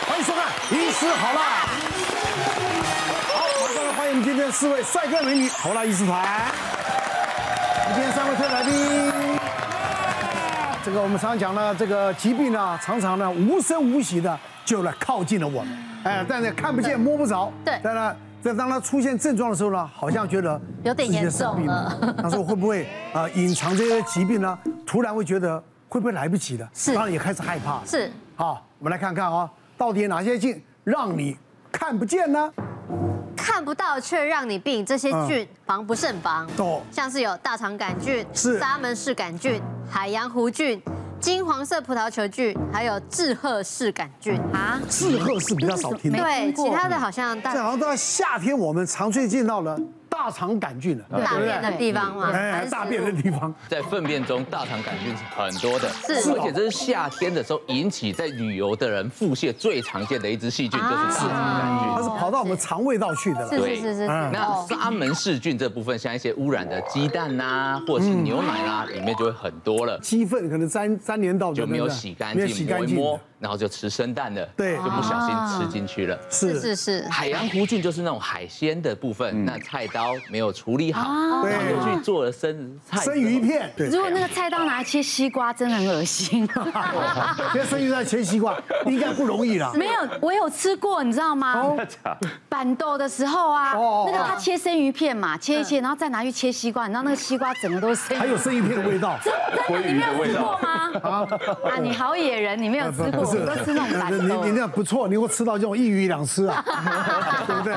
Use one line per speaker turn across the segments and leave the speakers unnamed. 欢迎收看《医师好辣》。好，马上来欢迎今天四位帅哥美女好辣医师团。今天三位特来宾。这个我们常讲呢，这个疾病呢，常常呢无声无息的就来靠近了我们，哎，但是看不见摸不着。
对
但呢，在当它出现症状的时候呢，好像觉得
有点严重了
自己的生病。那时候会不会啊隐藏这些疾病呢？突然会觉得会不会来不及的？
是
当然也开始害怕。
是
好，我们来看看啊、到底哪些镜让你看不见呢？
啊
看不到却让你病，这些菌防不胜防。
嗯哦
像是有大肠杆菌、
是
沙门氏杆菌、海洋弧菌、金黄色葡萄球菌，还有志贺氏杆菌啊。
志贺是比较少听的，
对，其他的好像
这
大
好像到夏天我们常最见到了大肠杆菌了，
大
对不
便的
对？
地方
啊
嘛，
哎，大便的地方，
在粪便中大肠杆菌是很多的，
是
而且这是夏天的时候引起在旅游的人腹泻最常见的一支细菌，就
啊
是大
啊
肠杆菌。
它是跑到我们肠胃道去的
是
了。
是是是，
嗯
那沙门氏菌这部分，像一些污染的鸡蛋呐、或者是牛奶啦、里面就会很多了，
鸡粪可能粘粘连到你
就
的
没有
那个
洗干
嗯没有
净，
洗
摸
干
一
净
摸
的，，
然后就吃生蛋了，
对啊
就不小心吃进去了。
是是
嗯是
是，
海洋弧菌就是那种海鲜的部分，那菜刀没有处理好，
嗯啊对
然后就去做了生菜
生鱼片，对，
如果那个菜刀拿来切西瓜，真的很 恶心。
别生鱼在切西 瓜，应该不容易啦。
没有，我有吃过，你知道吗？板豆的时候啊
哦哦哦哦，嗯
那个他切生鱼片嘛，切一切，然后再拿去切西瓜，你知道那个西瓜整个都是生
还
鱼。
有生鱼片的味道，
真的，你没有吃过吗？啊，你好野人，你没有吃 过，
不
我
是
都吃那种板
你你
豆
那。样不错，你会吃到这种一鱼两吃 啊，对不对？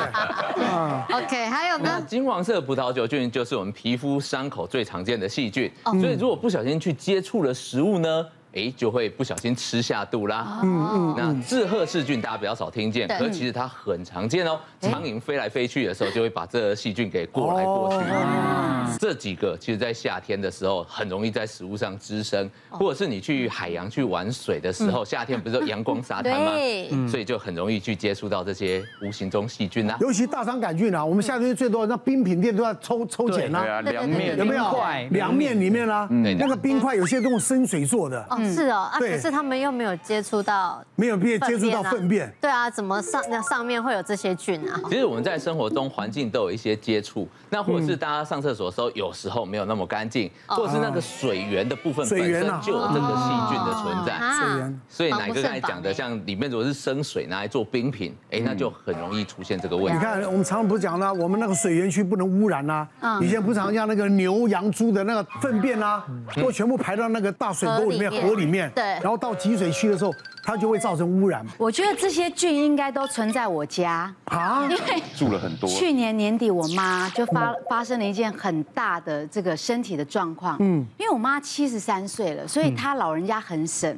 啊，
OK，还有
那
呢，
金黄色葡萄球菌就是我们皮肤伤口最常见的细菌，
哦
所以如果不小心去接触了食物呢，哎，就会不小心吃下肚啦。嗯嗯。那志贺氏菌大家比较少听见，
哦对
可是其实它很常见哦。苍蝇飞来飞去的时候，就会把这个细菌给过来过去。
哦
这几个其实，在夏天的时候很容易在食物上滋生，
哦
或者是你去海洋去玩水的时候，夏天不是有阳光沙滩吗？
嗯 对
所以就很容易去接触到这些无形中细菌啦、
尤其大肠杆菌啊，我们夏天最多，那冰品店都要抽抽检
对
啦，
啊，嗯
对对
凉
对对
面
有没有
冰块？
凉面里面啦，
对
那个冰块有些都用深水做的，
嗯
哦是哦，啊
对
可是他们又没有接触到
没有别接触到
啊
粪便，
对啊，怎么上那上面会有这些菌啊？
其实我们在生活中环境都有一些接触，那或者
嗯
是大家上厕所的时候，有时候没有那么干净，
哦
或者是那个水源的部分
水
本
源
身
啊
就有这个细菌的存在。
啊
然，
所以奶哥刚才
防不胜防
讲的，
哎
像里面如果是生水拿来做冰品，哎，那就很容易出现这个
嗯
问
你
题。
看，我们常常不是讲啦，我们那个水源区不能污染呐、以前不常像那个牛、羊、猪的那个粪便啦、
嗯
都全部排到那个大水沟里面、
河里面
河里面。
对
然后到集水区的时候，它就会造成污染。
我觉得这些菌应该都存在我家，
啊
因，为
住了很多，
去年年底，我妈就发发生了一件很大的这个身体的状况。嗯，因为我妈七十三岁了，所以她老人家很省。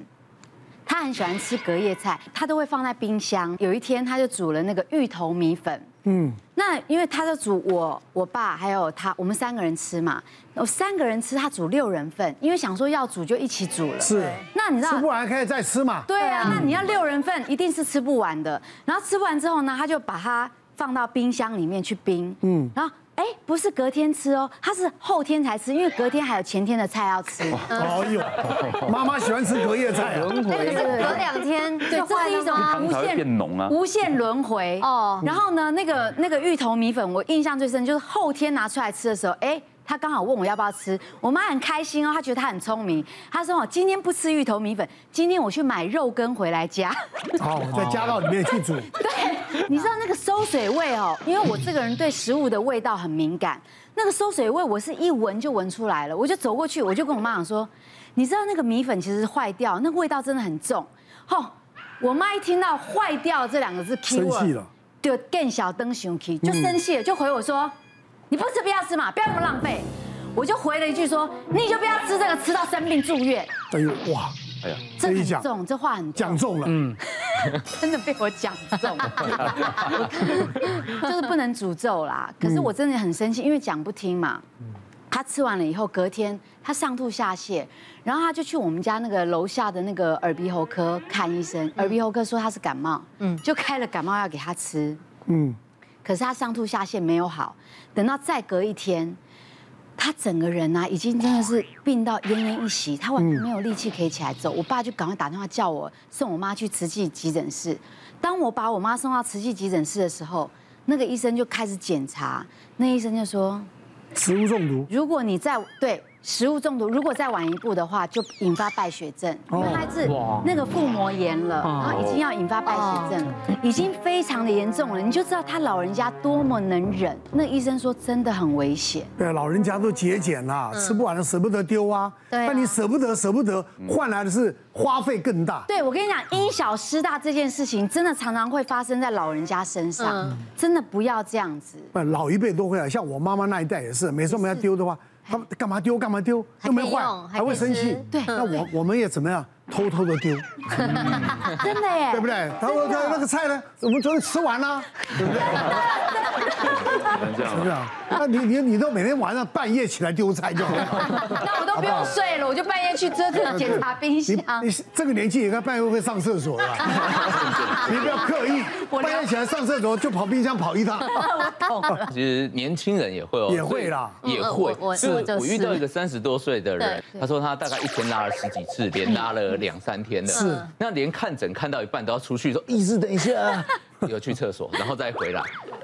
她很喜欢吃隔夜菜，她都会放在冰箱。有一天，她就煮了那个芋头米粉。嗯，那因为她就煮我、我爸还有她，我们三个人吃嘛。我三个人吃，她煮六人份，因为想说要煮就一起煮了。
是
那你知道
吃不完还可以再吃嘛。
对啊，那你要六人份，一定是吃不完的。然后吃完之后呢，他就把它放到冰箱里面去冰。嗯，然后哎，不是隔天吃哦，他是后天才吃，因为隔天还有前天的菜要吃。
哎呦，妈妈喜欢吃隔夜菜、 啊，
欸可是隔两天
嗯对
就，
这
坏
是
了
一种
吗
无
才会
限
变浓啊
无限轮回
哦
哦。然后呢，那个那个芋头米粉，我印象最深就是后天拿出来吃的时候，哎。他刚好问我要不要吃，我妈很开心哦，她觉得她很聪明，她说哦，今天不吃芋头米粉，今天我去买肉羹回来加。
好，再加到里面去煮。
对， 你知道那个馊水味哦，因为我这个人对食物的味道很敏感，那个馊水味我是一闻就闻出来了，我就走过去，我就跟我妈讲说，你知道那个米粉其实是坏掉，那个味道真的很重。吼、我妈一听到“坏掉”这两个字，
生气了，
就更小灯熊 k 就生气了，就回我说，你不吃不要吃嘛，不要那么浪费。我就回了一句说，你就不要吃这个，吃到生病住院，
哎呦，哇，
哎呀，
这
这一
很
讲
重，这话很重
讲中了。嗯，
真的被我讲中， 就是不能诅咒啦。可是我真的很生气，因为讲不听嘛。他吃完了以后，隔天他上吐下泻，然后他就去我们家那个楼下的那个耳鼻喉科看医生，耳鼻喉科说他是感冒，嗯，就开了感冒药给他吃，嗯，可是他上吐下泻没有好，等到再隔一天，他整个人啊，已经真的是病到奄奄一息，他完全没有力气可以起来走。我爸就赶快打电话叫我送我妈去慈济急诊室。当我把我妈送到慈济急诊室的时候，那个医生就开始检查，那医生就说，
食物中毒，
如果你再对食物中毒，如果再晚一步的话，就引发败血症，因为他是那个腹膜炎了，然后已经要引发败血症了，已经非常的严重了。你就知道他老人家多么能忍。那医生说真的很危险，
对，哎老人家都节俭啦，吃不完了舍不得丢啊。
嗯对啊
但你舍不得，舍不得，
嗯
换来的是花费更大。
对，我跟你讲，因小失大这件事情，真的常常会发生在老人家身上
嗯，
真的不要这样子。
不，老一辈都会啊，像我妈妈那一代也是，每次我们要丢的话，他们干嘛丢干嘛丢，
还
又没
可以
坏，
用还
还会
可以
生气
吃。
对
那我我们也怎么样，偷偷的丢，
真的耶，
对不对？他说
啊
他那个菜呢，我们昨天吃完了，
能这样
是不是
吗？
啊？那你你你都每天晚上半夜起来丢菜就好了。
那我都不用睡了，我就半夜去折腾检查冰
你
箱。
你这个年纪也该半夜会上厕所了， 你不要刻意，
我了
半夜起来上厕所就跑冰箱跑一 趟。
其实年轻人也会哦，
也会啦
所以也
嗯
会
我我。
就是
我
我
就是
遇到一个三十多岁的人，他说他大概一天拉了十几次，连拉了
嗯
两三天的。
是，
那连看诊看到一半都要出去说医师等一下， 有去厕所，然后再回来。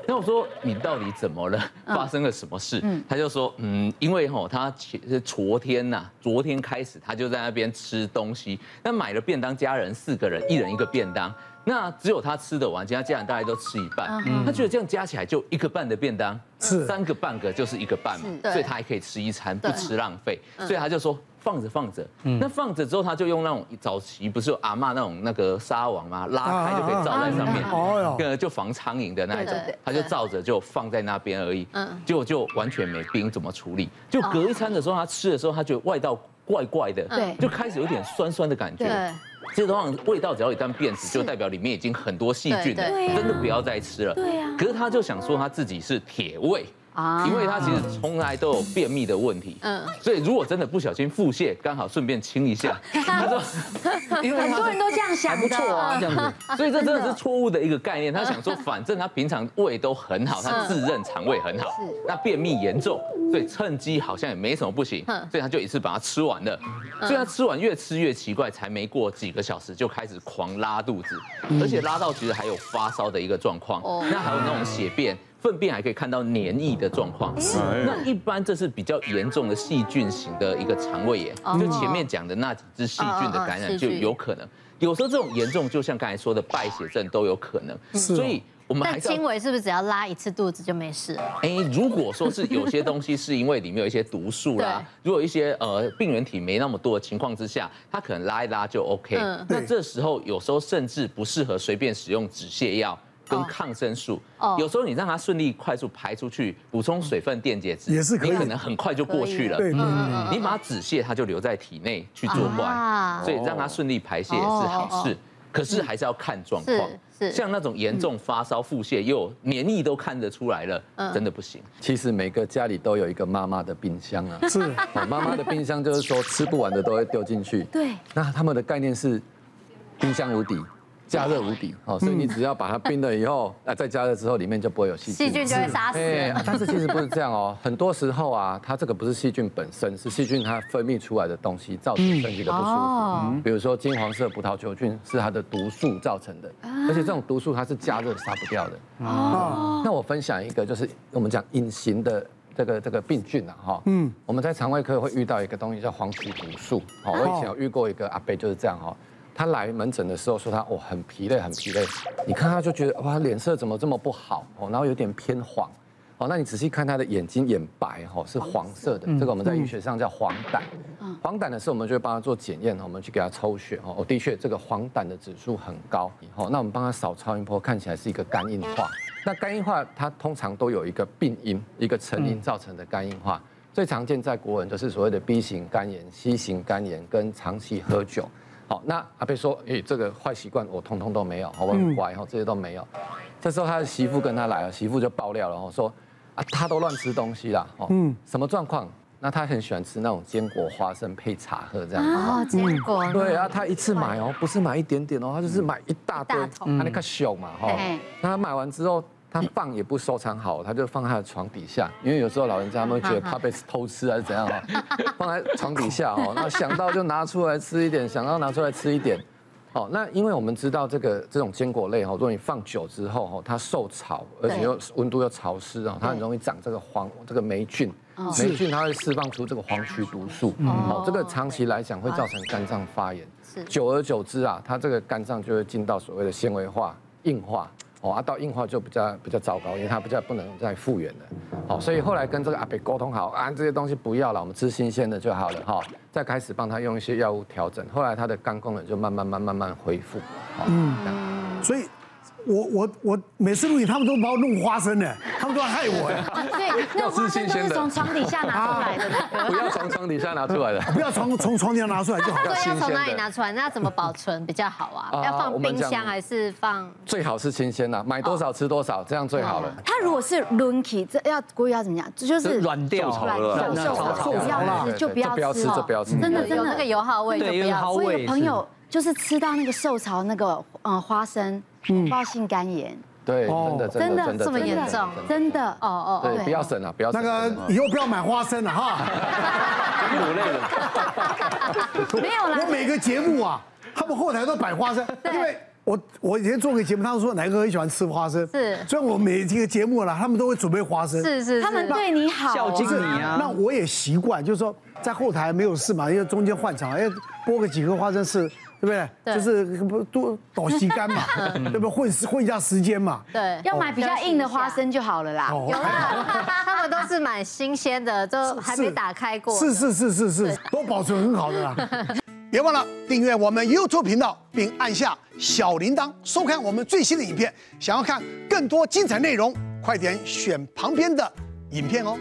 那我说你到底怎么了？
嗯
发生了什么事？他就说嗯，因为吼他其实昨天呐、昨天开始他就在那边吃东西，那买了便当，家人四个人一人一个便当。那只有他吃得完，其他家人大概都吃一半。
嗯
他觉得这样加起来就一个半的便当，
是
三个半个就是一个半嘛
是，对嗯
所以他还可以吃一餐，不吃浪费。所以他就说放着放着，那放着之后他就用那种早期不是有阿嬷那种那个纱网嘛，拉开就可以罩在上面
啊啊啊啊哦，哟
呃，就防苍蝇的那一种
对对对，
他就照着就放在那边而已。
嗯哦
嗯，结果就完全没冰，怎么处理？就隔一餐的时候，他吃的时候，他觉得味道怪怪的，
对
就开始有点酸酸的感觉。
对。
这通常味道只要一旦变质，就代表里面已经很多细菌
对
了，
对
真的不要再吃了。
对啊
可是他就想说他自己是铁胃
啊
啊，因为他其实从来都有便秘的问题。
嗯
嗯，所以如果真的不小心腹泻，刚好顺便清 一下。他说，因为
很
他
多
说
人都这样想
还
的，
不错啊，这样子。所以这真的是错误的一个概念。他想说，反正他平常胃都很好，他自认肠胃很好
是，
那便秘严重，所以趁机好像也没什么不行
嗯，
所以他就一次把它吃完了。所以他吃完越吃越奇怪，才没过几个小时就开始狂拉肚子，而且拉到其实还有发烧的一个状况
哦，
那还有那种血便。粪便还可以看到黏液的状况，那一般这是比较严重的细菌型的一个肠胃炎，就前面讲的那几只细菌的感
哦哦哦
染
细
就
菌
有可能。有时候这种严重，就像刚才说的败血症都有可能，所以我们还
但
是要
轻微是不是只要拉一次肚子就没事了？
哎，如果说是有些东西是因为里面有一些毒素啦
对，
如果一些呃病原体没那么多的情况之下，它可能拉一拉就 OK
嗯。
那这时候有时候甚至不适合随便使用止泻药。跟抗生素
哦，
有时候你让它顺利快速排出去，补充水分、电解质
也是可以啊
你可能很快就过去
嗯
了。
对对对
你把它止泻，它就留在体内去作怪
啊，
所以让它顺利排泄也是好
哦哦
事。可是还是要看状况，
是是
哦像那种严重发烧、腹泻又有黏液都看得出来了，
嗯
真的不行。
其实每个家里都有一个妈妈的冰箱 啊，
是
哦妈妈的冰箱就是说吃不完的都会丢进去。
对
那他们的概念是冰箱无敌，加热无敌，哦，
嗯
所以你只要把它冰了以 后，啊，再加热之后里面就不会有细菌。
细菌就会杀死
哎，
人。
啊但是其实不是这样哦，很多时候啊，它这个不是细菌本身，是细菌它分泌出来的东西造成
嗯
身体的不舒
哦
服。比如说金黄色葡萄球菌是它的毒素造成的，
啊
而且这种毒素它是加热杀不掉的。
啊，
那我分享一个，就是我们讲隐形的这个这个病菌啊，哈，嗯，我们在肠胃科会遇到一个东西叫黄曲毒素，哦，我以前有遇过一个阿伯就是这样哈，他来门诊的时候说他哦很疲累很疲累，你看他就觉得哇脸色怎么这么不好哦，然后有点偏黄，哦，那你仔细看他的眼睛眼白哈是黄色的，这个我们在医学上叫黄疸，黄疸的时候我们就会帮他做检验，我们去给他抽血哦，的确这个黄疸的指数很高，哦，那我们帮他扫超音波，看起来是一个肝硬化。那肝硬化它通常都有一个病因，一个成因造成的肝硬化，最常见在国人就是所谓的 B 型肝炎、C 型肝炎跟长期喝酒。好，那阿贝说，诶，这个坏习惯我通通都没有，我很乖，哈，这些都没有。这时候他的媳妇跟他来了，媳妇就爆料了，哦，说啊，他都乱吃东西啦，哦，什么状况？那他很喜欢吃那种坚果花生配茶喝这样。
哦，结
嗯
果呢
嗯对啊，他一次买哦，不是买一点点哦，他就是买一大堆嗯
一大，桶
他那个小嘛哈
对。
那他买完之后，他放也不收藏好，他就放他的床底下，因为有时候老人家他们会觉得怕被偷吃还是怎样 啊，放在床底下 哦，那想到就拿出来吃一点，想到拿出来吃一点。哦，那因为我们知道这个这种坚果类哈，如果你放久之后哈，它受潮，而且又温度又潮湿啊，它很容易长这个黄这个霉菌，霉菌它会释放出这个黄曲毒素，哦，这个长期来讲会造成肝脏发炎
是，
久而久之啊，它这个肝脏就会进到所谓的纤维化、硬化。哦，啊，到硬化就比较比较糟糕，因为它比较不能再复原了。好，所以后来跟这个阿北沟通好啊，这些东西不要了，我们吃新鲜的就好了哈。再开始帮他用一些药物调整，后来他的肝功能就慢慢慢慢慢恢复。嗯，
所以我我我每次录影，他们都把我弄花生呢，他们都要害我呀。
对，那花生都是从床底下拿出来的，
不要从床底下拿出来的。
不要从从床底下拿出来就好
对啊
了。，
要从哪里拿出来？那怎么保存比较好啊？
啊
要放
我们
冰
这
箱
样
还是放？
最好是新鲜的，啊买多少吃多少，这样最好了。
它如果是 lunky，这要国语要怎么讲？这就是
软掉
受
了
受
软
受
掉
潮，
了
不要吃就不要吃，
这不要吃
真的真
有
的
那个油耗味就
对
不
有
要
耗
吃。
我有
味
朋
是
友就是吃到那个受潮那个呃花生，嗯，爆性肝炎，
对，真的真的
真的这么严重
真的
哦哦哦，
对，不要省啊了，不要
那
省
个
真的
以后不要买花生了哈。
很苦累了。
没有啦
我，每个节目啊，他们后台都摆花生，因为我我以前做个节目，他们说哪个很喜欢吃花生，
是
所以我每一个节目啦，他们都会准备花生，
是是，
他们
是
对你好啊，
孝
哦
敬
是
你啊
那我也习惯，就是说在后台没有事嘛，因为中间换场，哎，剥个几颗花生是。对不对？
对
就是不多倒吸干 嘛，对不对？混混一下时间嘛。
对
要买比较硬的花生就好了啦。
哦
有啦， 他们都是买新鲜的，就是还没打开过。
是是是是是，都保存很好的 啦。别忘了订阅我们 YouTube 频道，并按下小铃铛，收看我们最新的影片。想要看更多精彩内容，快点选旁边的影片哦。